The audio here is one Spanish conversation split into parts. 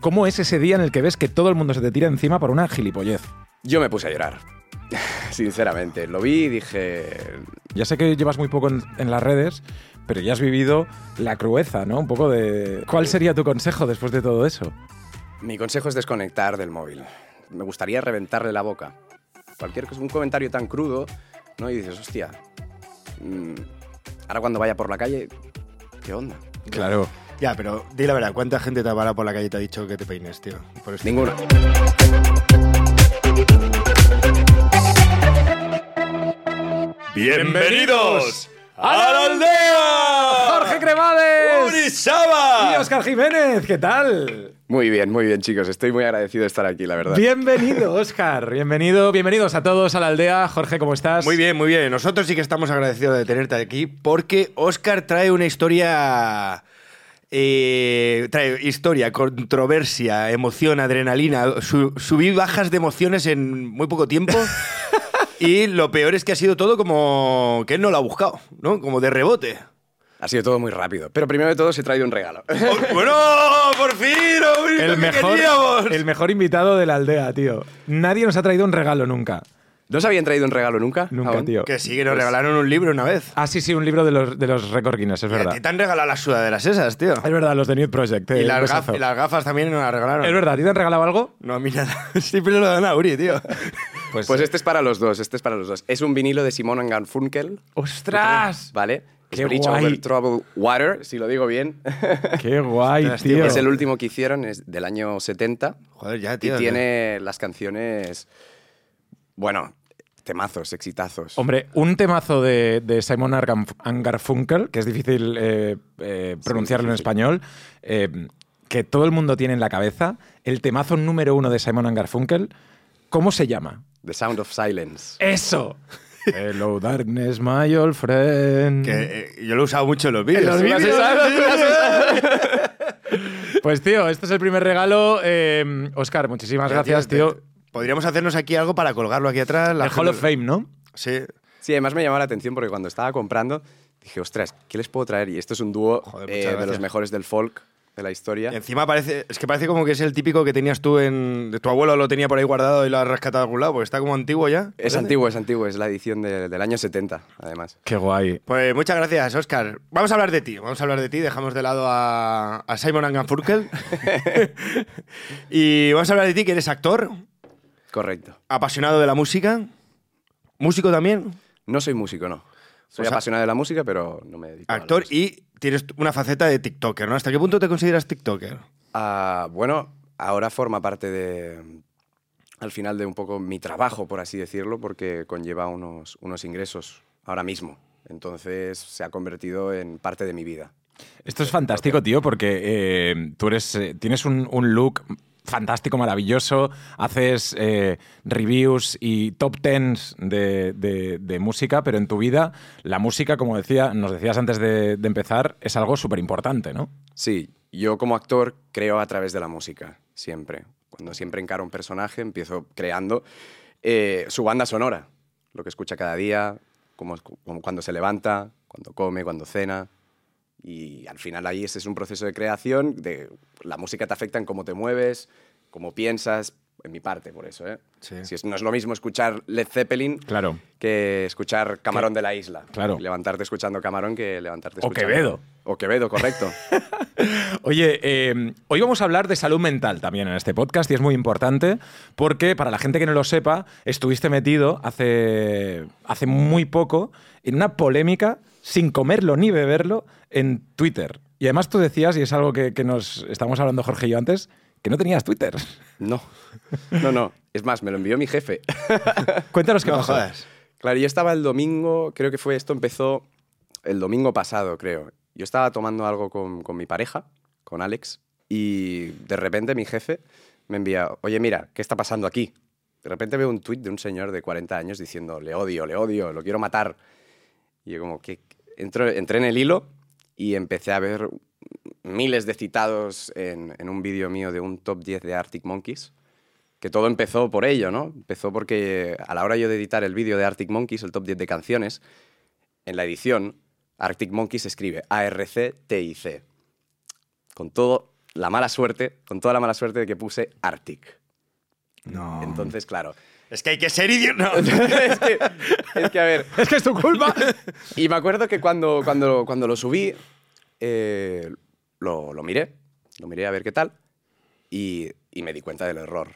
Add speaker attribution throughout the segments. Speaker 1: ¿Cómo es ese día en el que ves que todo el mundo se te tira encima por una gilipollez?
Speaker 2: Yo me puse a llorar. Sinceramente, lo vi y dije.
Speaker 1: Ya sé que llevas muy poco en, en las redes, pero ya has vivido la crueza, ¿no? Un poco de... ¿Cuál sería tu consejo después de todo eso?
Speaker 2: Mi consejo es desconectar del móvil. Me gustaría reventarle la boca. Cualquier un comentario tan crudo, ¿no? Y dices, hostia, mm, ahora cuando vaya por la calle, ¿qué onda?
Speaker 1: Claro.
Speaker 3: Ya, pero di la verdad, ¿cuánta gente te ha parado por la calle y te ha dicho que te peines, tío? Por esto?
Speaker 2: Pues Ninguno.
Speaker 4: ¡Bienvenidos a la
Speaker 1: ¡Jorge
Speaker 4: aldea!
Speaker 1: Cremades!
Speaker 4: Urizaba.
Speaker 1: Y Oscar Jiménez, ¿qué tal?
Speaker 2: Muy bien, muy bien, chicos. Estoy muy agradecido de estar aquí, la verdad.
Speaker 1: Bienvenido, Oscar. Bienvenido, bienvenidos a todos a la aldea. Jorge, ¿cómo estás?
Speaker 3: Muy bien, muy bien. Nosotros sí que estamos agradecidos de tenerte aquí porque Oscar trae una historia. eh, trae historia, controversia, emoción, adrenalina. Su- subí bajas de emociones en muy poco tiempo. y lo peor es que ha sido todo como que él no lo ha buscado, ¿no? Como de rebote.
Speaker 2: Ha sido todo muy rápido. Pero primero de todo, os he traído un regalo.
Speaker 3: Oh, bueno, por fin, hombre, lo
Speaker 1: El
Speaker 3: que
Speaker 1: mejor,
Speaker 3: queríamos.
Speaker 1: el mejor invitado de la aldea, tío. Nadie nos ha traído un regalo nunca.
Speaker 2: ¿No os habían traído un regalo nunca?
Speaker 1: Nunca,
Speaker 2: aún?
Speaker 1: tío.
Speaker 3: Que sí, que nos regalaron un libro una vez.
Speaker 1: Ah, sí, sí, un libro de los, de los récord Guinness, es
Speaker 3: Y a
Speaker 1: verdad.
Speaker 3: ti te han regalado las sudaderas esas, tío.
Speaker 1: Es verdad, los de New Project. eh,
Speaker 3: Y
Speaker 1: un
Speaker 3: las, gaf-
Speaker 1: besazo.
Speaker 3: y las gafas también nos las regalaron.
Speaker 1: Es verdad, ¿a ti te han regalado algo?
Speaker 3: No, a mí nada. Siempre lo dan a Uri, tío.
Speaker 2: Pues este es para los dos, este es para los dos. Es un vinilo de Simon and Garfunkel,
Speaker 3: eh,
Speaker 1: ¡Ostras!
Speaker 2: ¿vale? Es
Speaker 1: Qué
Speaker 2: Bridge
Speaker 1: guay.
Speaker 2: Over Troubled Water, si lo digo bien.
Speaker 1: ¡Qué guay,
Speaker 3: Ostras, tío, pues
Speaker 1: tío!
Speaker 2: es el último que hicieron, es del año 70.
Speaker 3: Joder, ya,
Speaker 2: Y
Speaker 3: tío.
Speaker 2: tiene las canciones. Bueno, temazos, exitazos.
Speaker 1: Hombre, un temazo de, de Simon Argan- and Garfunkel, que es difícil eh, eh, pronunciarlo en
Speaker 2: difícil.
Speaker 1: español, eh, que todo el mundo tiene en la cabeza, el temazo número uno de Simon and Garfunkel, ¿cómo se llama?
Speaker 2: The Sound of Silence.
Speaker 1: ¡Eso! Hello, darkness, my old friend.
Speaker 3: Que, eh, yo lo he usado mucho en los vídeos.
Speaker 1: los
Speaker 3: Sí,
Speaker 1: vídeos,
Speaker 3: sí,
Speaker 1: ¿no?
Speaker 3: sí, sí, sí.
Speaker 1: Pues tío, este es el primer regalo. Eh, Oscar, muchísimas gracias, tío.
Speaker 3: Podríamos hacernos aquí algo para colgarlo aquí atrás. la
Speaker 1: El Hall
Speaker 3: gente-
Speaker 1: of Fame, ¿no?
Speaker 3: Sí.
Speaker 2: Sí, además me llamó la atención porque cuando estaba comprando dije, ostras, ¿qué les puedo traer? Y esto es un dúo
Speaker 3: Joder,
Speaker 2: eh,
Speaker 3: muchas
Speaker 2: de
Speaker 3: gracias.
Speaker 2: los mejores del folk de la historia.
Speaker 3: Encima parece, es que parece como que es el típico que tenías tú en... de Tu abuelo lo tenía por ahí guardado y lo has rescatado de algún lado, porque está como antiguo ya.
Speaker 2: Es antiguo, es antiguo, es la edición de- del año 70, además.
Speaker 1: Qué guay.
Speaker 3: Pues muchas gracias, Oscar. Vamos a hablar de ti, vamos a hablar de ti. Dejamos de lado a, a Simon and Garfunkel. y vamos a hablar de ti, que eres actor,
Speaker 2: Correcto.
Speaker 3: apasionado de la música, músico también,
Speaker 2: No soy músico, no. Soy
Speaker 3: Pues a-
Speaker 2: apasionado de la música, pero no me dedico a la
Speaker 3: actor
Speaker 2: música.
Speaker 3: y tienes una faceta de TikToker, ¿no? ¿Hasta qué punto te consideras TikToker?
Speaker 2: Ah, bueno, ahora forma parte de. Al final de un poco mi trabajo, por así decirlo, porque conlleva unos, unos ingresos ahora mismo. Entonces se ha convertido en parte de mi vida.
Speaker 1: Esto es fantástico, tío, porque eh, tú eres, eh, tienes un, un look fantástico, maravilloso, haces eh, reviews y top tens de, de- de música, pero en tu vida la música, como decía, nos decías antes de, de empezar, es algo súper importante, ¿no?
Speaker 2: Sí, yo como actor creo a través de la música, siempre. Cuando siempre encaro un personaje, empiezo creando eh, su banda sonora, lo que escucha cada día, como, como cuando se levanta, cuando come, cuando cena. Y al final ahí ese es un proceso de creación, de la música te afecta en cómo te mueves, cómo piensas, en mi parte por eso, ¿eh?
Speaker 3: Sí.
Speaker 2: Si es- no es lo mismo escuchar Led Zeppelin
Speaker 1: Claro.
Speaker 2: que escuchar Camarón de la Isla.
Speaker 1: Claro.
Speaker 2: Levantarte escuchando Camarón que levantarte
Speaker 1: O
Speaker 2: escuchando...
Speaker 1: Quevedo.
Speaker 2: O Quevedo, correcto.
Speaker 1: Oye, eh, hoy vamos a hablar de salud mental también en este podcast y es muy importante porque para la gente que no lo sepa, estuviste metido hace, hace muy poco en una polémica sin comerlo ni beberlo en Twitter. Y además tú decías, y es algo que, que nos estamos hablando Jorge y yo antes, que no tenías Twitter.
Speaker 2: No, no, no. Es más, me lo envió mi jefe.
Speaker 1: Cuéntanos qué
Speaker 3: No
Speaker 1: pasó.
Speaker 3: jodas.
Speaker 2: Claro, yo estaba el domingo, creo que fue esto, empezó el domingo pasado, creo. Yo estaba tomando algo con, con mi pareja, con Alex, y de repente mi jefe me envía, oye, mira, ¿qué está pasando aquí? De repente veo un tuit de un señor de 40 años diciendo, le odio, le odio, lo quiero matar. Y yo como que entro- entré en el hilo y empecé a ver miles de citados en, en un vídeo mío de un top 10 de Arctic Monkeys, que todo empezó por ello, ¿no? Empezó porque a la hora yo de editar el vídeo de Arctic Monkeys, el top 10 de canciones, en la edición Arctic Monkeys escribe ARCTIC, con todo la mala suerte, con toda la mala suerte de que puse Arctic.
Speaker 3: No.
Speaker 2: Entonces, claro.
Speaker 3: Es que hay que ser idiota.
Speaker 2: es, que, es que, a ver,
Speaker 1: Es que es tu culpa.
Speaker 2: y me acuerdo que cuando, cuando, cuando lo subí, eh, lo, lo miré, lo miré a ver qué tal, y, y me di cuenta del error.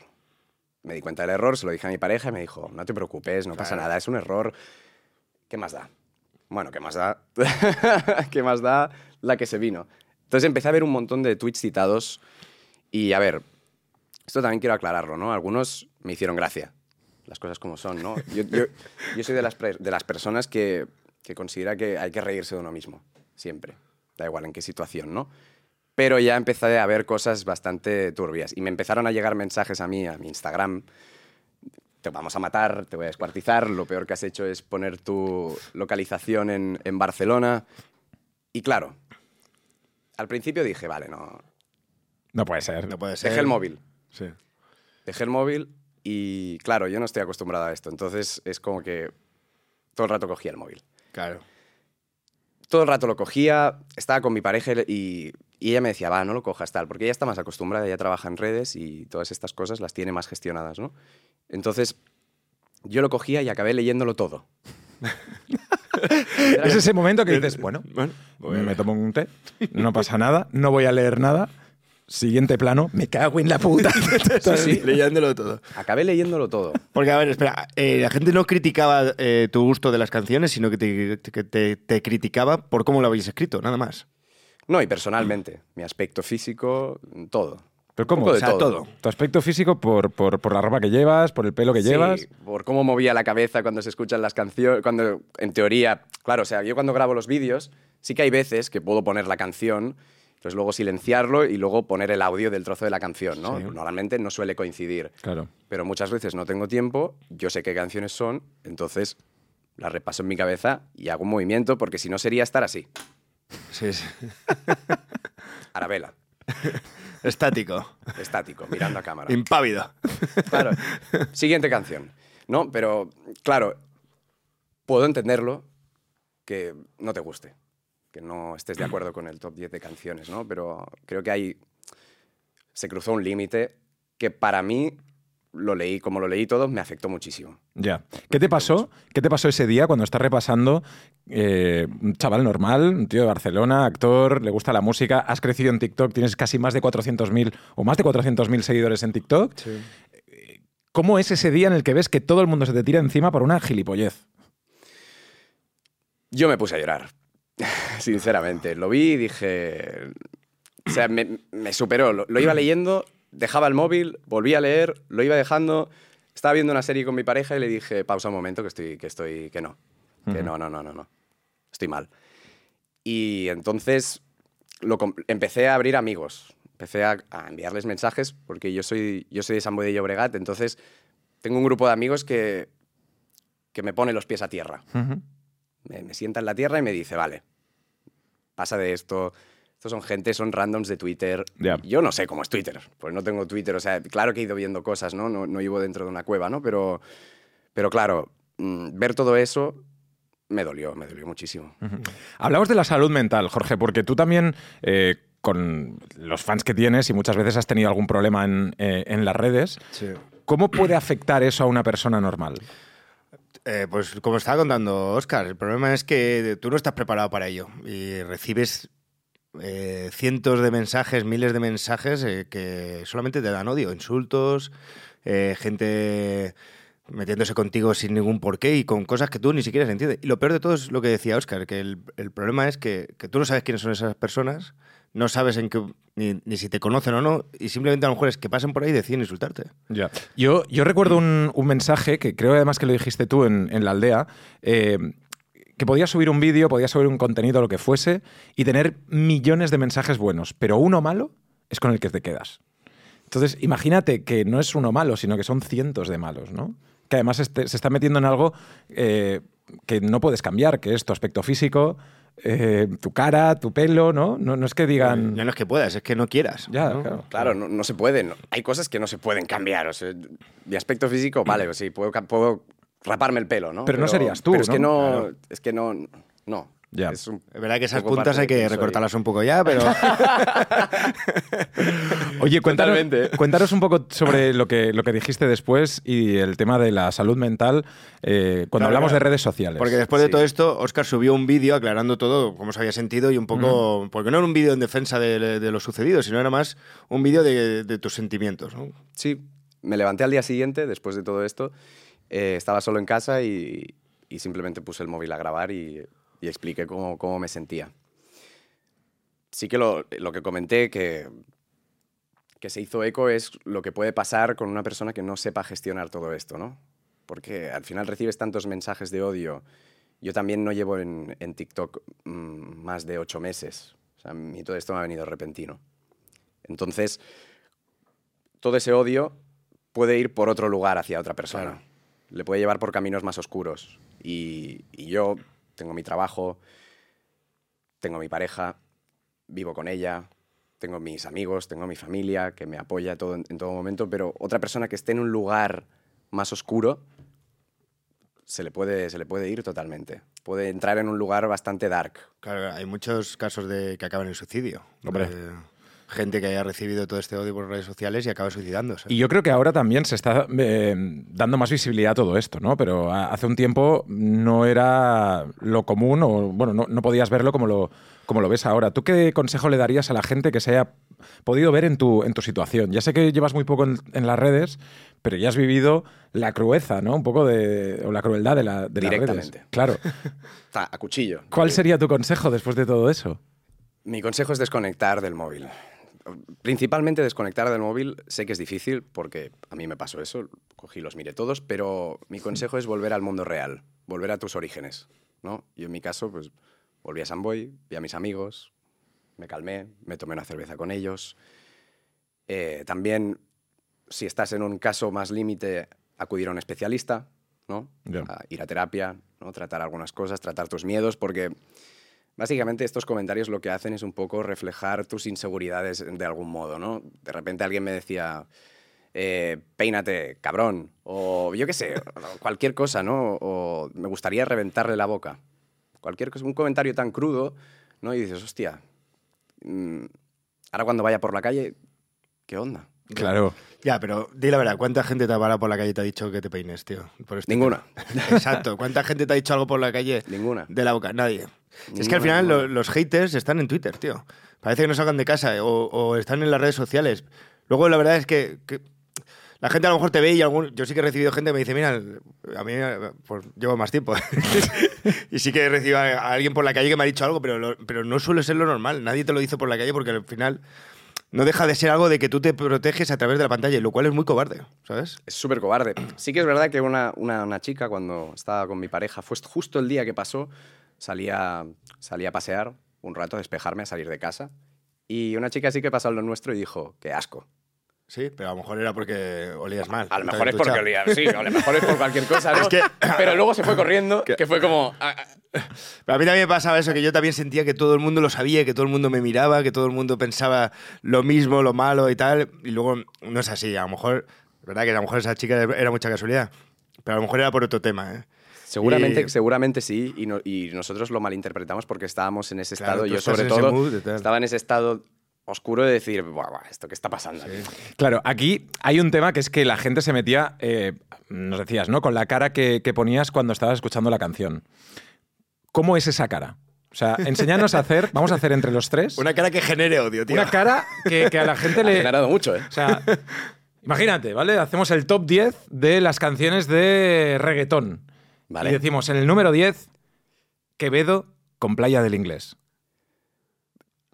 Speaker 2: Me di cuenta del error, se lo dije a mi pareja y me dijo, no te preocupes, no pasa nada, es un error. ¿Qué más da? Bueno, ¿qué más da? ¿Qué más da la que se vino? Entonces empecé a ver un montón de tweets citados y a ver, esto también quiero aclararlo, ¿no? Algunos me hicieron gracia. Las cosas como son, ¿no? Yo, yo- yo soy de las, pre- de las personas que, que considera que hay que reírse de uno mismo, siempre. Da igual en qué situación, ¿no? Pero ya empecé a ver cosas bastante turbias. Y me empezaron a llegar mensajes a mí, a mi Instagram. Te vamos a matar, te voy a descuartizar. Lo peor que has hecho es poner tu localización en, en Barcelona. Y claro, al principio dije, vale, no.
Speaker 1: No puede ser.
Speaker 3: No puede ser.
Speaker 2: Dejé el móvil.
Speaker 1: Sí.
Speaker 2: Dejé el móvil y, claro, yo no estoy acostumbrado a esto. Entonces es como que todo el rato cogía el móvil.
Speaker 3: Claro.
Speaker 2: Todo el rato lo cogía, estaba con mi pareja y, y ella me decía, va, no lo cojas tal, porque ella está más acostumbrada, ella trabaja en redes y todas estas cosas las tiene más gestionadas, ¿no? Entonces yo lo cogía y acabé leyéndolo todo.
Speaker 1: Es ese momento que dices, bueno,
Speaker 3: Bueno,
Speaker 1: me tomo un té, no pasa nada, no voy a leer nada. Siguiente plano, me cago en la puta.
Speaker 2: sí.
Speaker 3: leyéndolo todo.
Speaker 2: Acabé leyéndolo todo.
Speaker 3: Porque, a ver, espera, eh, la gente no criticaba eh, tu gusto de las canciones, sino que te, que te- te criticaba por cómo lo habéis escrito, nada más.
Speaker 2: No, y personalmente, mi aspecto físico, todo.
Speaker 1: Pero ¿cómo?
Speaker 2: Un poco de
Speaker 1: O sea,
Speaker 2: todo.
Speaker 1: Tu aspecto físico por, por, por la ropa que llevas, por el pelo que
Speaker 2: Sí,
Speaker 1: llevas.
Speaker 2: por cómo movía la cabeza cuando se escuchan las canciones, cuando en teoría, claro, o sea, yo cuando grabo los vídeos, sí que hay veces que puedo poner la canción, pues luego silenciarlo y luego poner el audio del trozo de la canción, ¿no?
Speaker 1: Sí.
Speaker 2: Normalmente no suele coincidir,
Speaker 1: Claro.
Speaker 2: pero muchas veces no tengo tiempo, yo sé qué canciones son, entonces las repaso en mi cabeza y hago un movimiento porque si no sería estar así,
Speaker 3: Sí, sí.
Speaker 2: Arabela,
Speaker 3: Estático.
Speaker 2: estático, mirando a cámara.
Speaker 3: Impávido.
Speaker 2: Claro. Siguiente canción. No, pero claro, puedo entenderlo que no te guste, que no estés de acuerdo con el top 10 de canciones, ¿no? Pero creo que ahí se cruzó un límite que para mí lo leí, como lo leí todo, me afectó muchísimo.
Speaker 1: Ya. ¿Qué te pasó? ¿Qué te pasó ese día cuando estás repasando eh, un chaval normal, un tío de Barcelona, actor, le gusta la música, has crecido en TikTok, tienes casi más de 400.000 o más de 400.000 seguidores en TikTok? Eh, ¿Cómo es ese día en el que ves que todo el mundo se te tira encima por una gilipollez?
Speaker 2: Yo me puse a llorar, sinceramente. Lo vi y dije... O sea, me, me superó. Lo, lo iba leyendo, dejaba el móvil, volvía a leer, lo iba dejando. Estaba viendo una serie con mi pareja y le dije, pausa un momento, que estoy, que estoy, que no. Que no, no, no, no, no. Estoy mal. Y entonces lo com- empecé a abrir amigos. Empecé a, a enviarles mensajes porque yo soy, yo soy de San Boi de Llobregat, entonces tengo un grupo de amigos que, que me pone los pies a tierra
Speaker 1: Ujú.
Speaker 2: me, me sienta en la tierra y me dice, vale, pasa de esto. Estos son gente, son randoms de Twitter.
Speaker 1: Ya.
Speaker 2: Yo no sé cómo es Twitter, pues no tengo Twitter. O sea, claro que he ido viendo cosas, ¿no? No, no vivo dentro de una cueva, ¿no? Pero, pero claro, mm, ver todo eso me dolió, me dolió muchísimo.
Speaker 1: Mm. Hablamos de la salud mental, Jorge, porque tú también, eh, con los fans que tienes y muchas veces has tenido algún problema en, eh, en las redes,
Speaker 3: Sí.
Speaker 1: ¿cómo puede afectar eso a una persona normal?
Speaker 3: Eh, pues como estaba contando Oscar, el problema es que tú no estás preparado para ello y recibes eh, cientos de mensajes, miles de mensajes eh, que solamente te dan odio, insultos, eh, gente metiéndose contigo sin ningún porqué y con cosas que tú ni siquiera entiendes. Y lo peor de todo es lo que decía Oscar, que el, el problema es que, que tú no sabes quiénes son esas personas, no sabes en qué, ni, ni si te conocen o no, y simplemente a lo mejor es que pasan por ahí y deciden insultarte.
Speaker 1: Ya. Yo, yo recuerdo un, un mensaje que creo además que lo dijiste tú en, en la aldea. eh, que podías subir un vídeo, podías subir un contenido, lo que fuese, y tener millones de mensajes buenos, pero uno malo es con el que te quedas. Entonces, imagínate que no es uno malo, sino que son cientos de malos, ¿no? Que además este- se está metiendo en algo eh, que no puedes cambiar, que es tu aspecto físico, eh, tu cara, tu pelo, ¿no? No, no es que digan...
Speaker 3: Ya no es que puedas, es que no quieras.
Speaker 1: Ya,
Speaker 3: Eh, ¿no?
Speaker 1: claro.
Speaker 2: Claro, no, no se pueden. Hay cosas que no se pueden cambiar. O sea, mi aspecto físico, vale, pues sí, puedo, ca- puedo raparme el pelo, ¿no?
Speaker 1: Mm. Pero no serías tú,
Speaker 2: Pero es
Speaker 1: ¿no?
Speaker 2: que no,
Speaker 1: Claro.
Speaker 2: es que no, no.
Speaker 1: Ya.
Speaker 2: Es un
Speaker 3: Es verdad que esas
Speaker 2: poco
Speaker 3: puntas
Speaker 2: parte
Speaker 3: hay
Speaker 2: de
Speaker 3: que
Speaker 2: Pulsar y-
Speaker 3: recortarlas un poco ya, pero
Speaker 1: Oye, cuéntanos,
Speaker 2: Totalmente. ¿eh?
Speaker 1: cuéntanos un poco sobre lo que, lo que dijiste después y el tema de la salud mental eh, cuando
Speaker 3: Claro,
Speaker 1: hablamos
Speaker 3: claro.
Speaker 1: de redes sociales.
Speaker 3: porque después de
Speaker 2: Sí.
Speaker 3: todo esto, Oscar subió un vídeo aclarando todo cómo se había sentido y un poco, porque no era un vídeo en defensa de, de lo sucedido, sino era más un vídeo de, de tus sentimientos. ¿no?
Speaker 2: Sí, me levanté al día siguiente, después de todo esto, eh, estaba solo en casa y, y simplemente puse el móvil a grabar y, y expliqué cómo, cómo me sentía. Sí que lo, lo que comenté que, que se hizo eco es lo que puede pasar con una persona que no sepa gestionar todo esto, ¿no? Porque al final recibes tantos mensajes de odio. Yo también no llevo en, en TikTok mm, más de ocho meses. O sea, a mí todo esto me ha venido repentino. Entonces, todo ese odio puede ir por otro lugar hacia otra persona.
Speaker 3: Claro.
Speaker 2: Le puede llevar por caminos más oscuros. Y, y yo tengo mi trabajo, tengo mi pareja, vivo con ella, tengo mis amigos, tengo mi familia que me apoya todo, en en todo momento, pero otra persona que esté en un lugar más oscuro se le puede, se le puede ir totalmente. Puede entrar en un lugar bastante dark.
Speaker 3: Claro, hay muchos casos de que acaban en suicidio.
Speaker 1: Hombre.
Speaker 3: Eh, gente que haya recibido todo este odio por redes sociales y acaba suicidándose.
Speaker 1: Y yo creo que ahora también se está eh, dando más visibilidad a todo esto, ¿no? Pero a- hace un tiempo no era lo común o, bueno, no, no podías verlo como lo, como lo ves ahora. ¿Tú qué consejo le darías a la gente que se haya podido ver en tu, en tu situación? Ya sé que llevas muy poco en, en las redes, pero ya has vivido la crueza, ¿no? Un poco de, o la crueldad de, la, de las redes.
Speaker 2: Directamente.
Speaker 1: Claro.
Speaker 2: Ta- A cuchillo.
Speaker 1: ¿Cuál sería tu consejo después de todo eso?
Speaker 2: Mi consejo es desconectar del móvil. Principalmente desconectar del móvil. Sé que es difícil porque a mí me pasó eso. Cogí y los miré todos, pero mi consejo es volver al mundo real, volver a tus orígenes. ¿no? Yo en mi caso, pues volví a San Boy, vi a mis amigos, me calmé, me tomé una cerveza con ellos. Eh, también, si estás en un caso más límite, acudir a un especialista, ¿no?
Speaker 1: Ya.
Speaker 2: A ir a terapia, ¿no? Tratar algunas cosas, tratar tus miedos, porque Básicamente estos comentarios lo que hacen es un poco reflejar tus inseguridades de algún modo, ¿no? De repente alguien me decía, eh, peínate, cabrón, o yo qué sé, o cualquier cosa, ¿no? O me gustaría reventarle la boca. Cualquier cosa, un comentario tan crudo, ¿no? Y dices, hostia, mm, ahora cuando vaya por la calle, ¿qué onda?
Speaker 1: Claro.
Speaker 3: Ya, pero di la verdad, ¿cuánta gente te ha parado por la calle y te ha dicho que te peines, tío? Por este
Speaker 2: Ninguna.
Speaker 3: tema? Exacto. ¿Cuánta gente te ha dicho algo por la calle?
Speaker 2: Ninguna.
Speaker 3: De la boca, nadie. es que
Speaker 2: Ninguna,
Speaker 3: al final lo-
Speaker 2: ninguna.
Speaker 3: los haters están en Twitter, tío. Parece que no salgan de casa eh, o, o están en las redes sociales. Luego la verdad es que, que la gente a lo mejor te ve y algún, yo sí que he recibido gente que me dice, mira, a mí eh, pues, llevo más tiempo. y sí que he recibido a, a alguien por la calle que me ha dicho algo, pero, lo- pero no suele ser lo normal. Nadie te lo dice por la calle porque al final no deja de ser algo de que tú te proteges a través de la pantalla, y lo cual es muy cobarde, ¿sabes?
Speaker 2: Es súper cobarde. Sí que es verdad que una, una- una chica cuando estaba con mi pareja, fue justo el día que pasó, salía, salía a pasear un rato, a despejarme, a salir de casa. Y una chica sí que pasó a lo nuestro y dijo, qué asco.
Speaker 3: Sí, pero a lo mejor era porque olías mal.
Speaker 2: A lo
Speaker 3: Te
Speaker 2: mejor es
Speaker 3: habían
Speaker 2: porque
Speaker 3: duchado.
Speaker 2: olía- sí, a lo mejor es por cualquier cosa, ¿no?
Speaker 3: Es que-
Speaker 2: Pero luego se fue corriendo, que fue como... "Ah, ah".
Speaker 3: Pero a mí también me pasaba eso, que yo también sentía que todo el mundo lo sabía, que todo el mundo me miraba, que todo el mundo pensaba lo mismo, lo malo y tal. Y luego no es así. A lo mejor, es verdad que a lo mejor esa chica era mucha casualidad, pero a lo mejor era por otro tema. ¿eh?
Speaker 2: Seguramente,
Speaker 3: Y-
Speaker 2: seguramente sí, y, no- y nosotros lo malinterpretamos porque estábamos en ese
Speaker 3: Claro,
Speaker 2: estado,
Speaker 3: tú
Speaker 2: yo
Speaker 3: estás
Speaker 2: sobre
Speaker 3: en ese
Speaker 2: todo
Speaker 3: mood y tal.
Speaker 2: estaba en ese estado oscuro de decir, "Buah, buah, ¿esto qué está pasando? aquí?".
Speaker 1: Claro, aquí hay un tema que es que la gente se metía, eh, nos decías, ¿no? Con la cara que, que ponías cuando estabas escuchando la canción. ¿Cómo es esa cara? O sea, enséñanos a hacer, vamos a hacer entre los tres, una,
Speaker 3: Una cara que genere odio, tío.
Speaker 1: cara que, que a la gente
Speaker 2: Ha
Speaker 1: le...
Speaker 2: generado mucho, ¿eh?
Speaker 1: O sea, imagínate, ¿vale? Hacemos el top 10 de las canciones de reggaetón.
Speaker 2: Vale.
Speaker 1: Y decimos, en el número 10, Quevedo con Playa del Inglés.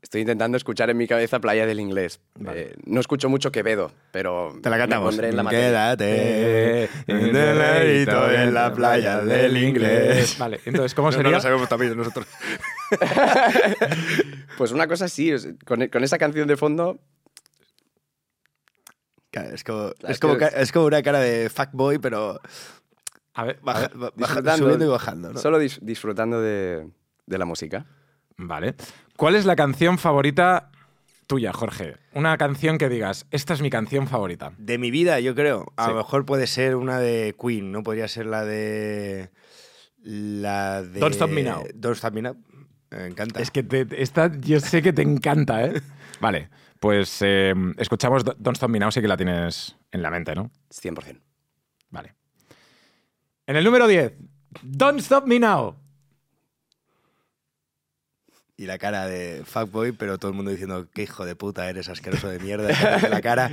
Speaker 2: Estoy intentando escuchar en mi cabeza Playa del Inglés. Eh, no escucho mucho Quevedo, pero
Speaker 3: Te la
Speaker 2: me
Speaker 3: cantamos.
Speaker 2: pondré en la materia. Eh,
Speaker 3: Quédate Eh, en el ladito, en la playa del inglés.
Speaker 1: Vale, entonces, ¿cómo
Speaker 3: No, no
Speaker 1: sería?
Speaker 3: lo sabemos también nosotros.
Speaker 2: Pues una cosa sí, es- con, con esa canción de fondo,
Speaker 3: Claro, Es como,
Speaker 2: Claro,
Speaker 3: es, como,
Speaker 2: es-
Speaker 3: ca- es como una cara de fuckboy, pero
Speaker 1: A ver,
Speaker 3: baja- ba- baja-
Speaker 2: disfrutando-
Speaker 3: subiendo y bajando. ¿no?
Speaker 2: solo dis- disfrutando de, de la música.
Speaker 1: Vale. ¿Cuál es la canción favorita tuya, Jorge? Una canción que digas, esta es mi canción favorita.
Speaker 3: De mi vida, yo creo. A
Speaker 1: Sí.
Speaker 3: lo mejor puede ser una de Queen, ¿no? Podría ser la de. La de.
Speaker 1: Don't Stop Me Now.
Speaker 3: Don't Stop Me Now. Me encanta.
Speaker 1: Es que te- esta yo sé que te encanta, ¿eh? Vale, pues eh, escuchamos Do- Don't Stop Me Now, sí que la tienes en la mente, ¿no?
Speaker 2: 100%.
Speaker 1: Vale. En el número 10, Don't Stop Me Now.
Speaker 3: Y la cara de fuckboy, pero todo el mundo diciendo, qué hijo de puta eres, asqueroso de mierda. y la cara.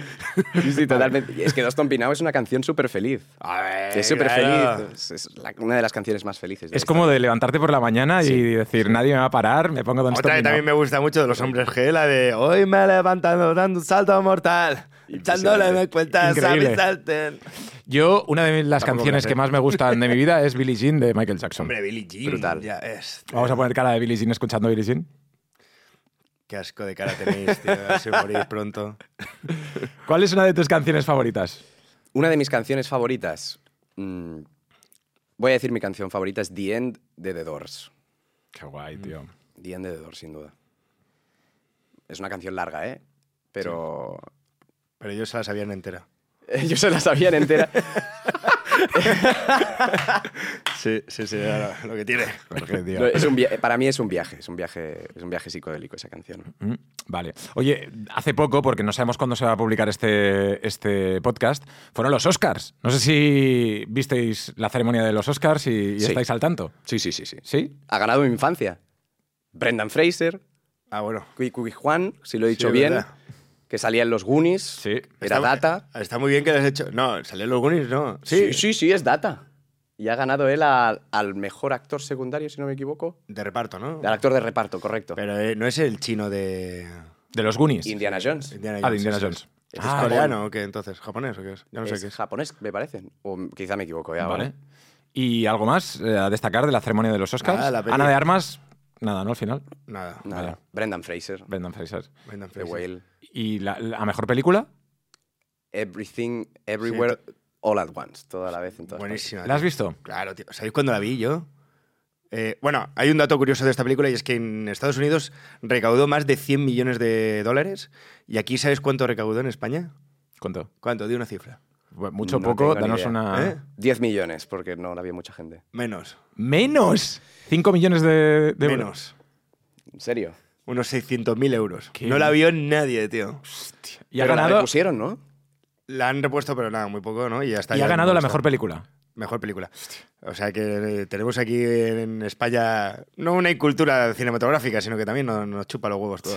Speaker 2: Sí, sí, totalmente. Y Es que Dos Pinao es una canción súper feliz.
Speaker 3: A ver,
Speaker 2: Es súper
Speaker 3: claro.
Speaker 2: feliz. Es, es la- una de las canciones más felices. de
Speaker 1: Es
Speaker 2: la
Speaker 1: como de levantarte por la mañana y decir, nadie me va a parar, me pongo Don't
Speaker 3: Otra que
Speaker 1: Stop Me
Speaker 3: también me gusta mucho de los hombres G, la de hoy me he levantado dando un salto mortal, echándole
Speaker 2: Impresionante.
Speaker 3: me cuenta,
Speaker 1: Increíble.
Speaker 3: ¿sabes? Salten.
Speaker 1: Now. Yo, una de las
Speaker 2: Tampoco
Speaker 1: canciones
Speaker 2: me
Speaker 1: que más me gustan de mi vida es Billie Jean de Michael Jackson.
Speaker 3: Hombre, Billy Jean.
Speaker 2: Brutal.
Speaker 3: Ya es.
Speaker 1: Vamos a poner cara de Billie Jean escuchando Billie Jean.
Speaker 3: Qué asco de cara tenéis, tío. a ver Si morís pronto.
Speaker 1: ¿Cuál es una de tus canciones favoritas?
Speaker 2: Una de mis canciones favoritas. mm, voy a decir mi canción favorita es The End de The Doors.
Speaker 1: Qué guay, tío.
Speaker 2: The End de The Doors, sin duda. Es una canción larga, ¿eh? Pero
Speaker 3: Pero ellos se la sabían entera.
Speaker 2: yo se la sabía en entera.
Speaker 3: Sí, sí, sí, era lo que tiene.
Speaker 1: Jorge, tío.
Speaker 2: No, es un via- para mí es un viaje, es un viaje, es un viaje psicodélico esa canción.
Speaker 1: Mm, Vale. Oye, hace poco, porque no sabemos cuándo se va a publicar este, este podcast, fueron los Oscars. No sé si visteis la ceremonia de los Oscars y, y
Speaker 2: Sí.
Speaker 1: estáis al tanto.
Speaker 2: Sí, sí, sí, sí.
Speaker 1: ¿Sí?
Speaker 2: Ha ganado mi infancia. Brendan Fraser,
Speaker 3: Ah, bueno.
Speaker 2: Cui Cui Juan, si lo he
Speaker 3: Sí,
Speaker 2: dicho
Speaker 3: es
Speaker 2: bien,
Speaker 3: verdad.
Speaker 2: que salía en los Goonies.
Speaker 1: Sí.
Speaker 2: Era
Speaker 3: Está-
Speaker 2: Data.
Speaker 3: Está muy bien que lo has hecho. No, salió en los Goonies, ¿no?
Speaker 2: Sí. sí, sí, es Data. Y ha ganado él al- al mejor actor secundario, si no me equivoco.
Speaker 3: De reparto, ¿no?
Speaker 2: Al actor de reparto, correcto.
Speaker 3: Pero eh, no es el chino de
Speaker 1: De los Goonies.
Speaker 2: Indiana Jones.
Speaker 3: Indiana Jones.
Speaker 1: Ah, de Indiana
Speaker 3: eso es.
Speaker 1: Jones.
Speaker 2: Ese
Speaker 3: ¿Es
Speaker 2: Ah,
Speaker 3: coreano o qué entonces? ¿Japonés o qué es? Ya no sé
Speaker 2: es
Speaker 3: qué es.
Speaker 2: japonés, me parece. O m- quizá me equivoco ¿eh? ya.
Speaker 1: Vale.
Speaker 2: ¿vale?
Speaker 1: ¿Y algo más eh, a destacar de la ceremonia de los Oscars?
Speaker 3: Nada, la peli.
Speaker 1: Ana de Armas, nada, ¿no? Al final.
Speaker 3: Nada.
Speaker 2: Nada.
Speaker 1: Vale.
Speaker 2: Brendan Fraser,
Speaker 1: Brendan Fraser.
Speaker 3: Brendan
Speaker 2: The
Speaker 3: Fraser.
Speaker 2: Whale,
Speaker 1: ¿Y la, la mejor película?
Speaker 2: Everything, Everywhere, All at Once, toda la vez. En todas
Speaker 3: Buenísima.
Speaker 1: ¿La has
Speaker 3: tío.
Speaker 1: visto?
Speaker 3: Claro, tío. ¿Sabéis cuándo la vi yo? Eh, bueno, hay un dato curioso de esta película y es que en Estados Unidos recaudó más de 100 millones de dólares y aquí ¿sabes cuánto recaudó en España?
Speaker 1: ¿Cuánto?
Speaker 3: ¿Cuánto? Di una cifra.
Speaker 1: Bueno, Mucho
Speaker 2: No
Speaker 1: poco,
Speaker 2: tengo ni
Speaker 1: danos
Speaker 2: idea.
Speaker 1: una.
Speaker 3: ¿Eh?
Speaker 2: partes. 10 millones, porque no la había mucha gente.
Speaker 3: Menos.
Speaker 1: ¡Menos! 5 millones de, de euros.
Speaker 3: menos.
Speaker 2: ¿En serio?
Speaker 3: Unos 600.000 euros.
Speaker 1: ¿Qué?
Speaker 3: No la vio nadie, tío.
Speaker 1: Y ha
Speaker 2: Pero La
Speaker 1: ganado,
Speaker 2: repusieron, ¿no?
Speaker 3: La han repuesto, pero nada, muy poco, ¿no? Y ya está.
Speaker 1: y
Speaker 3: ya
Speaker 1: ha ganado la
Speaker 3: está.
Speaker 1: mejor película.
Speaker 3: Mejor película. O sea que eh, tenemos aquí en España no una cultura cinematográfica, sino que también nos, nos chupa los huevos todo,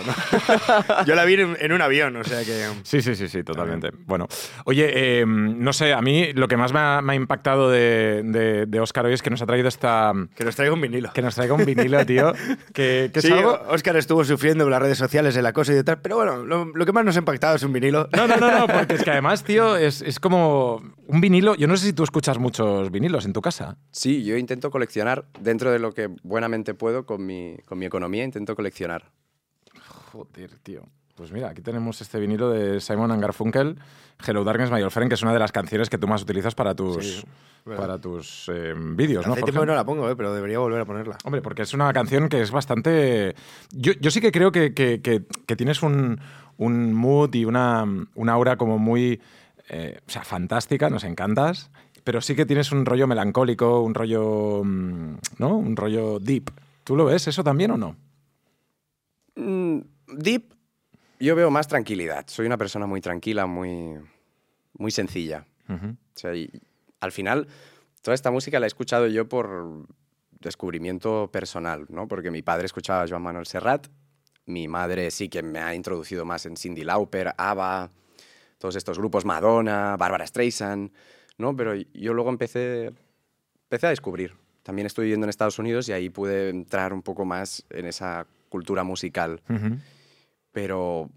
Speaker 3: ¿no? Yo la vi en, en un avión, o sea que...
Speaker 1: Sí, sí, sí, sí, totalmente. Bueno, oye, eh, no sé, a mí lo que más me ha, me ha impactado de, de, de Oscar hoy es que nos ha traído esta.
Speaker 3: Que nos traiga un vinilo.
Speaker 1: que nos traiga un vinilo, tío. Que, que es
Speaker 3: sí,
Speaker 1: algo.
Speaker 3: Oscar estuvo sufriendo en las redes sociales el acoso y tal, pero bueno, lo, lo que más nos ha impactado es un vinilo.
Speaker 1: No, no, no, no, porque es que además, tío, es, es como un vinilo. Yo no sé si tú escuchas muchos vinilos en tu casa.
Speaker 2: Sí, yo intento coleccionar, dentro de lo que buenamente puedo, con mi, con mi economía, intento coleccionar.
Speaker 1: Joder, tío. Pues mira, aquí tenemos este vinilo de Simon and Garfunkel, Hello Darkness, My Old Friend, que es una de las canciones que tú más utilizas para tus,
Speaker 3: Sí, verdad.
Speaker 1: para tus eh, vídeos,
Speaker 3: Hace
Speaker 1: ¿no?
Speaker 3: tiempo
Speaker 1: Jorge?
Speaker 3: que no la pongo, eh, pero debería volver a ponerla.
Speaker 1: Hombre, porque es una canción que es bastante. Yo, yo sí que creo que, que- que- que tienes un, un mood y una, una aura como muy. eh, o sea, fantástica, nos encantas. Pero sí que tienes un rollo melancólico, un rollo. mm, ¿No? Un rollo deep. ¿Tú lo ves eso también o no?
Speaker 2: Mm, deep, yo veo más tranquilidad. Soy una persona muy tranquila, muy, muy sencilla. O sea, y- al final, toda esta música la he escuchado yo por descubrimiento personal, ¿no? Porque mi padre escuchaba a Joan Manuel Serrat, mi madre sí que me ha introducido más en Cindy Lauper, ABBA, todos estos grupos, Madonna, Bárbara Streisand, ¿no? Pero yo luego empecé, empecé a descubrir. También estuve viviendo en Estados Unidos y ahí pude entrar un poco más en esa cultura musical
Speaker 1: Ujú.
Speaker 2: pero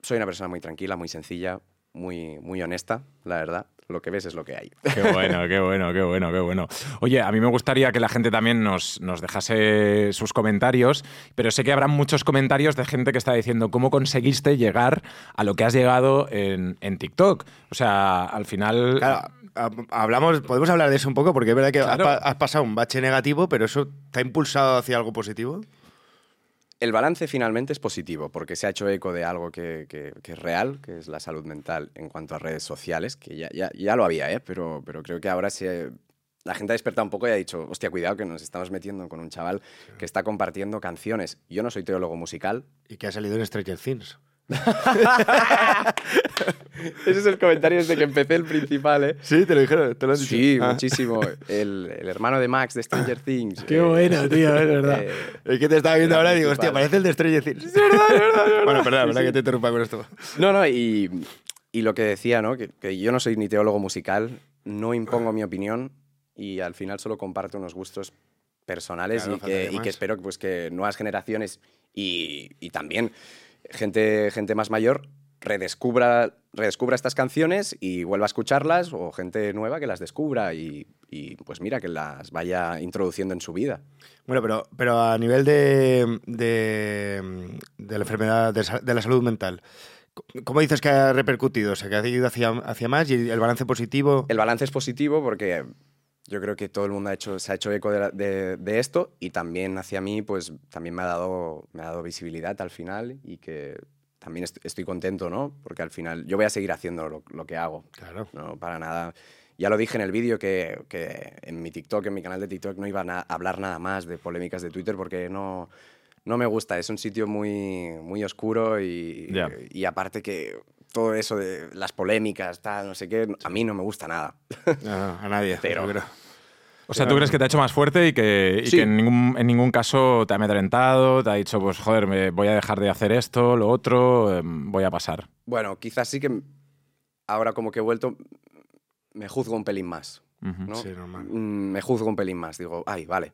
Speaker 2: soy una persona muy tranquila, muy sencilla, muy, muy honesta, la verdad. Lo que ves es lo que hay.
Speaker 1: Qué bueno, qué bueno, qué bueno, qué bueno. Oye, a mí me gustaría que la gente también nos, nos dejase sus comentarios, pero sé que habrá muchos comentarios de gente que está diciendo cómo conseguiste llegar a lo que has llegado en, en TikTok. O sea, al final...
Speaker 3: Claro, ha- hablamos, podemos hablar de eso un poco, porque es verdad que has
Speaker 1: Claro.
Speaker 3: pa- has, pasado un bache negativo, pero eso te ha impulsado hacia algo positivo.
Speaker 2: El balance finalmente es positivo, porque se ha hecho eco de algo que, que- que es real, que es la salud mental en cuanto a redes sociales, que ya, ya, ya lo había, ¿eh? pero, pero creo que ahora se, la gente ha despertado un poco y ha dicho, hostia, cuidado que nos estamos metiendo con un chaval que está compartiendo canciones. Yo no soy teólogo musical.
Speaker 3: Y que ha salido en Stranger Things.
Speaker 2: Ese es el comentario desde que empecé el principal, ¿eh?
Speaker 3: Sí, te lo dijeron, te lo han dicho.
Speaker 2: Sí,
Speaker 3: Ah.
Speaker 2: muchísimo. El, el hermano de Max de Stranger Things.
Speaker 3: Qué
Speaker 2: eh,
Speaker 3: bueno, tío, es verdad.
Speaker 2: eh,
Speaker 3: Es que te estaba viendo
Speaker 2: era
Speaker 3: ahora y digo,
Speaker 2: principal.
Speaker 3: hostia, parece el de Stranger Things. Es verdad, es verdad. Bueno, perdón, verdad que te interrumpa con esto.
Speaker 2: No, no, y, y lo que decía, ¿no? Que, que yo no soy ni teólogo musical, no impongo mi opinión y al final solo comparto unos gustos personales
Speaker 3: Claro,
Speaker 2: y, que,
Speaker 3: faltaría
Speaker 2: y
Speaker 3: más.
Speaker 2: que espero pues, que nuevas generaciones y, y también gente, gente más mayor redescubra, redescubra estas canciones y vuelva a escucharlas o gente nueva que las descubra y, y, pues mira, que las vaya introduciendo en su vida.
Speaker 3: Bueno, pero, pero a nivel de, de, de la enfermedad, de, sa- de la salud mental, ¿cómo dices que ha repercutido? O sea, que ha ido hacia, hacia más y el balance positivo.
Speaker 2: El balance es positivo porque yo creo que todo el mundo ha hecho, se ha hecho eco de, la- de- de esto y también hacia mí, pues también me ha dado, me ha dado visibilidad al final y que también est- estoy contento, ¿no? Porque al final yo voy a seguir haciendo lo, lo que hago,
Speaker 3: Claro.
Speaker 2: ¿no? Para nada. Ya lo dije en el vídeo que, que en mi TikTok, en mi canal de TikTok, no iba a na- hablar nada más de polémicas de Twitter porque no, no me gusta. Es un sitio muy, muy oscuro y,
Speaker 1: Ya.
Speaker 2: y aparte que todo eso de las polémicas, tal, no sé qué, a mí no me gusta nada.
Speaker 3: No, no, a nadie.
Speaker 2: Pero-
Speaker 3: yo creo.
Speaker 1: O sea, ¿tú crees que te ha hecho más fuerte y que, y
Speaker 2: Sí.
Speaker 1: que en, ningún, en ningún caso te ha amedrentado, te ha dicho, pues joder, me voy a dejar de hacer esto, lo otro, em, voy a pasar?
Speaker 2: Bueno, quizás sí que m- ahora como que he vuelto, me juzgo un pelín más.
Speaker 1: Ujú.
Speaker 2: ¿no?
Speaker 3: Sí, normal.
Speaker 2: Mm, Me juzgo un pelín más. Digo, ay, vale.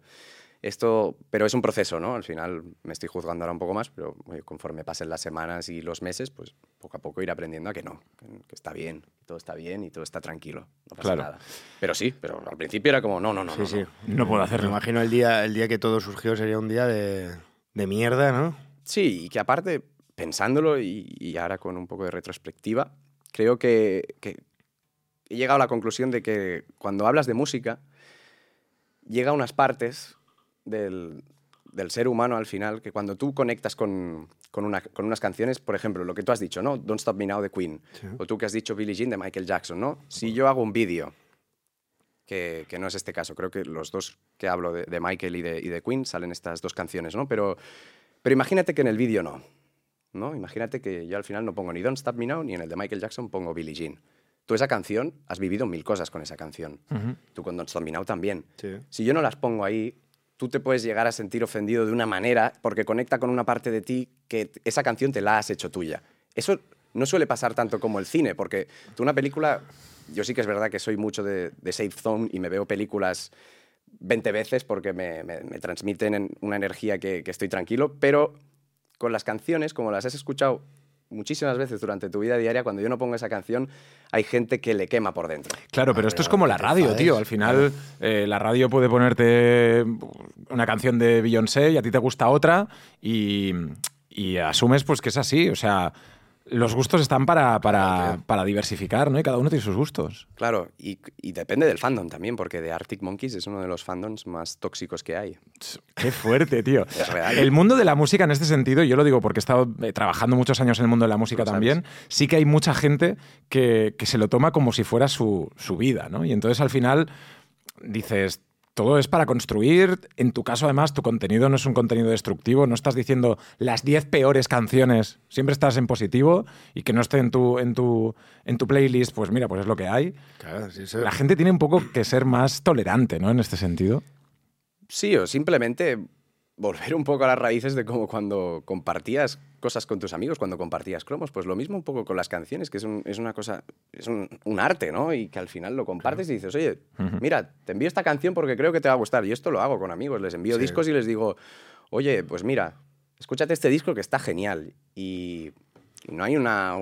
Speaker 2: Esto, pero es un proceso, ¿no? Al final me estoy juzgando ahora un poco más, pero oye, conforme pasen las semanas y los meses, pues poco a poco ir aprendiendo a que no, que que está bien, todo está bien y todo está tranquilo, no pasa
Speaker 1: Claro.
Speaker 2: nada. Pero sí, pero al principio era como, no, no, no,
Speaker 3: Sí,
Speaker 2: no,
Speaker 3: sí.
Speaker 2: no.
Speaker 1: No puedo
Speaker 3: Me
Speaker 1: hacerlo.
Speaker 3: imagino el día, el día que todo surgió sería un día de, de mierda, ¿no?
Speaker 2: Sí, y que aparte, pensándolo y, y ahora con un poco de retrospectiva, creo que, que he llegado a la conclusión de que cuando hablas de música, llega a unas partes del, del ser humano al final, que cuando tú conectas con, con, una- con unas canciones, por ejemplo, lo que tú has dicho, ¿no? Don't Stop Me Now de Queen, o tú que has dicho Billie Jean de Michael Jackson, ¿no? Si yo hago un vídeo, que, que no es este caso, creo que los dos que hablo de, de Michael y de, y de Queen salen estas dos canciones, ¿no? Pero, pero imagínate que en el vídeo no, ¿no? Imagínate que yo al final no pongo ni Don't Stop Me Now ni en el de Michael Jackson pongo Billie Jean. Tú esa canción, has vivido mil cosas con esa canción. Tú con Don't Stop Me Now también.
Speaker 3: Sí.
Speaker 2: Si yo no las pongo ahí, tú te puedes llegar a sentir ofendido de una manera porque conecta con una parte de ti que t- esa canción te la has hecho tuya. Eso no suele pasar tanto como el cine, porque tú una película, yo sí que es verdad que soy mucho de, de safe zone y me veo películas 20 veces porque me, me- me transmiten en- una energía que, que estoy tranquilo, pero con las canciones, como las has escuchado muchísimas veces durante tu vida diaria, cuando yo no pongo esa canción, hay gente que le quema por dentro.
Speaker 1: Claro, pero esto es como la radio,
Speaker 3: enfades.
Speaker 1: tío. Al final, eh, la radio puede ponerte una canción de Beyoncé y a ti te gusta otra y, y asumes pues que es así. O sea, los gustos están para, para, para diversificar, ¿no? Y cada uno tiene sus gustos.
Speaker 2: Claro, y, y depende del fandom también, porque The Arctic Monkeys es uno de los fandoms más tóxicos que hay.
Speaker 1: Qué fuerte, tío.
Speaker 2: Es real.
Speaker 1: El mundo de la música en este sentido, yo lo digo porque he estado eh, trabajando muchos años en el mundo de la música
Speaker 2: Lo sabes.
Speaker 1: también, sí que hay mucha gente que, que se lo toma como si fuera su, su vida, ¿no? Y entonces al final dices, todo es para construir, en tu caso además tu contenido no es un contenido destructivo, no estás diciendo las 10 peores canciones, siempre estás en positivo y que no esté en tu, en tu, en tu playlist, pues mira, pues es lo que hay.
Speaker 3: Claro, sí, eso-
Speaker 1: La gente tiene un poco que ser más tolerante, ¿no? En este sentido.
Speaker 2: Sí, o simplemente volver un poco a las raíces de como cuando compartías cosas con tus amigos, cuando compartías cromos, pues lo mismo un poco con las canciones, que es, un- es una cosa, es un, un arte, ¿no? Y que al final lo compartes y dices, oye, mira, te envío esta canción porque creo que te va a gustar. Y esto lo hago con amigos, les envío discos y les digo, oye, pues mira, escúchate este disco que está genial. Y no hay una...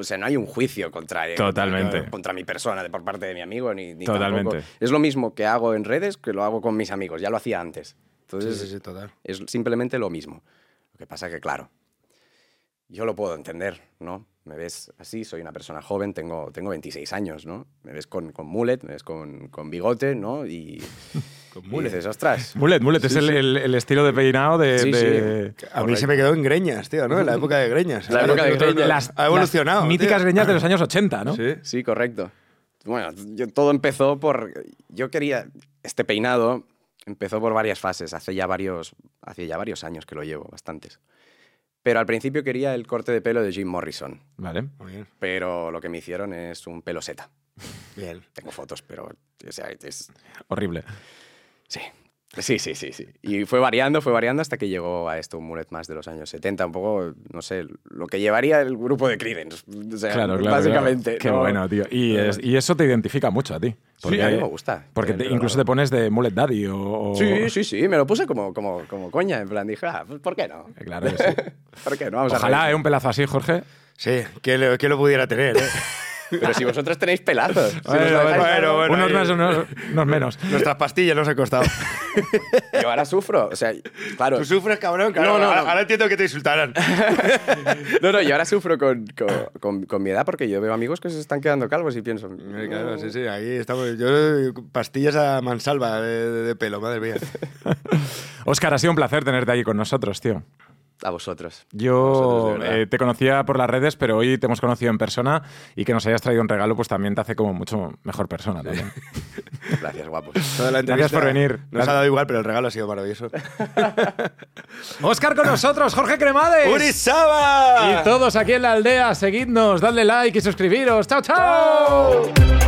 Speaker 2: O sea, no hay un juicio contra,
Speaker 1: Totalmente.
Speaker 2: contra mi persona de por parte de mi amigo ni, ni
Speaker 1: Totalmente.
Speaker 2: tampoco- Es lo mismo que hago en redes que lo hago con mis amigos, ya lo hacía antes.
Speaker 3: sí,
Speaker 2: Entonces,
Speaker 3: sí, sí, total.
Speaker 2: es simplemente lo mismo. Lo que pasa que, claro, yo lo puedo entender, ¿no? Me ves así, soy una persona joven, tengo, tengo 26 años, ¿no? Me ves con, con mullet, me ves con, con bigote, ¿no? Y, y
Speaker 3: Eh,
Speaker 2: dices, ostras.
Speaker 1: Mulet, Mulet es el, el- el estilo de peinado de.
Speaker 2: Sí, sí.
Speaker 1: de-
Speaker 3: A mí se me quedó en greñas, tío, ¿no? En la época de greñas.
Speaker 2: La época de
Speaker 3: Ahora, tío,
Speaker 2: greñas.
Speaker 3: Ha evolucionado.
Speaker 1: las míticas
Speaker 3: tío.
Speaker 1: greñas de los años 80, ¿no?
Speaker 3: Sí.
Speaker 2: Sí, correcto. Bueno, yo- todo empezó por... Yo quería... Este peinado empezó por varias fases. Hace ya varios, hace ya varios años que lo llevo, bastantes. Pero al principio quería el corte de pelo de Jim Morrison.
Speaker 1: Vale.
Speaker 3: Muy bien.
Speaker 2: Pero lo que me hicieron es un pelo seta.
Speaker 3: Bien.
Speaker 2: Tengo fotos, pero... o sea, es-
Speaker 1: Horrible.
Speaker 2: Sí. Sí, sí, sí, sí. Y fue variando, fue variando hasta que llegó a esto un mullet más de los años 70, un poco, no sé, lo que llevaría el grupo de Creedence. O sea,
Speaker 1: Claro, claro.
Speaker 2: Eh, básicamente.
Speaker 1: claro. Qué
Speaker 2: ¿no?
Speaker 1: bueno, tío. Y,
Speaker 2: Eh,
Speaker 1: es- y eso te identifica mucho a ti.
Speaker 2: Sí, a mí me gusta.
Speaker 1: Porque
Speaker 2: El
Speaker 1: te-
Speaker 2: pelo
Speaker 1: incluso te
Speaker 2: largo.
Speaker 1: pones de mullet daddy o... o-
Speaker 2: Sí, sí, sí, me lo puse como, como, como coña, en plan, dije, ah, pues, ¿por qué no?
Speaker 1: Claro que sí.
Speaker 2: ¿Por qué no? Vamos a
Speaker 1: Ojalá, ¿eh?
Speaker 2: reír.
Speaker 1: Un pelazo así, Jorge.
Speaker 3: Sí, que lo, que lo pudiera tener, ¿eh?
Speaker 2: Pero si vosotros tenéis pelazos. si
Speaker 1: Bueno,
Speaker 2: os lo dejáis-
Speaker 3: bueno, bueno,
Speaker 1: unos
Speaker 3: ahí-
Speaker 1: más, unos, unos menos.
Speaker 3: Nuestras pastillas nos han costado.
Speaker 2: Yo ahora sufro, o sea, claro.
Speaker 3: Tú sufres, cabrón.
Speaker 2: No,
Speaker 3: cabrón.
Speaker 2: no,
Speaker 3: ahora,
Speaker 2: no.
Speaker 3: ahora entiendo que te insultarán.
Speaker 2: No, no, yo ahora sufro con, con, con- con mi edad porque yo veo amigos que se están quedando calvos y pienso... "Mm,
Speaker 3: Claro, sí, sí, aquí estamos. Yo, pastillas a mansalva de, de- de pelo, madre mía.
Speaker 1: Óscar, ha sido un placer tenerte aquí con nosotros, tío.
Speaker 2: A vosotros.
Speaker 1: Yo
Speaker 2: Vosotros, de verdad.
Speaker 1: eh, te conocía por las redes, pero hoy te hemos conocido en persona y que nos hayas traído un regalo, pues también te hace como mucho mejor persona. también.
Speaker 2: Gracias, guapos.
Speaker 3: Toda la
Speaker 1: Gracias por
Speaker 3: entrevista
Speaker 1: venir.
Speaker 3: Nos ha dado igual, pero el regalo ha sido maravilloso.
Speaker 1: Óscar con nosotros, Jorge Cremades.
Speaker 3: ¡Urizaba!
Speaker 1: Y todos aquí en la aldea, seguidnos, dadle like y suscribiros. ¡Chao, chao! chao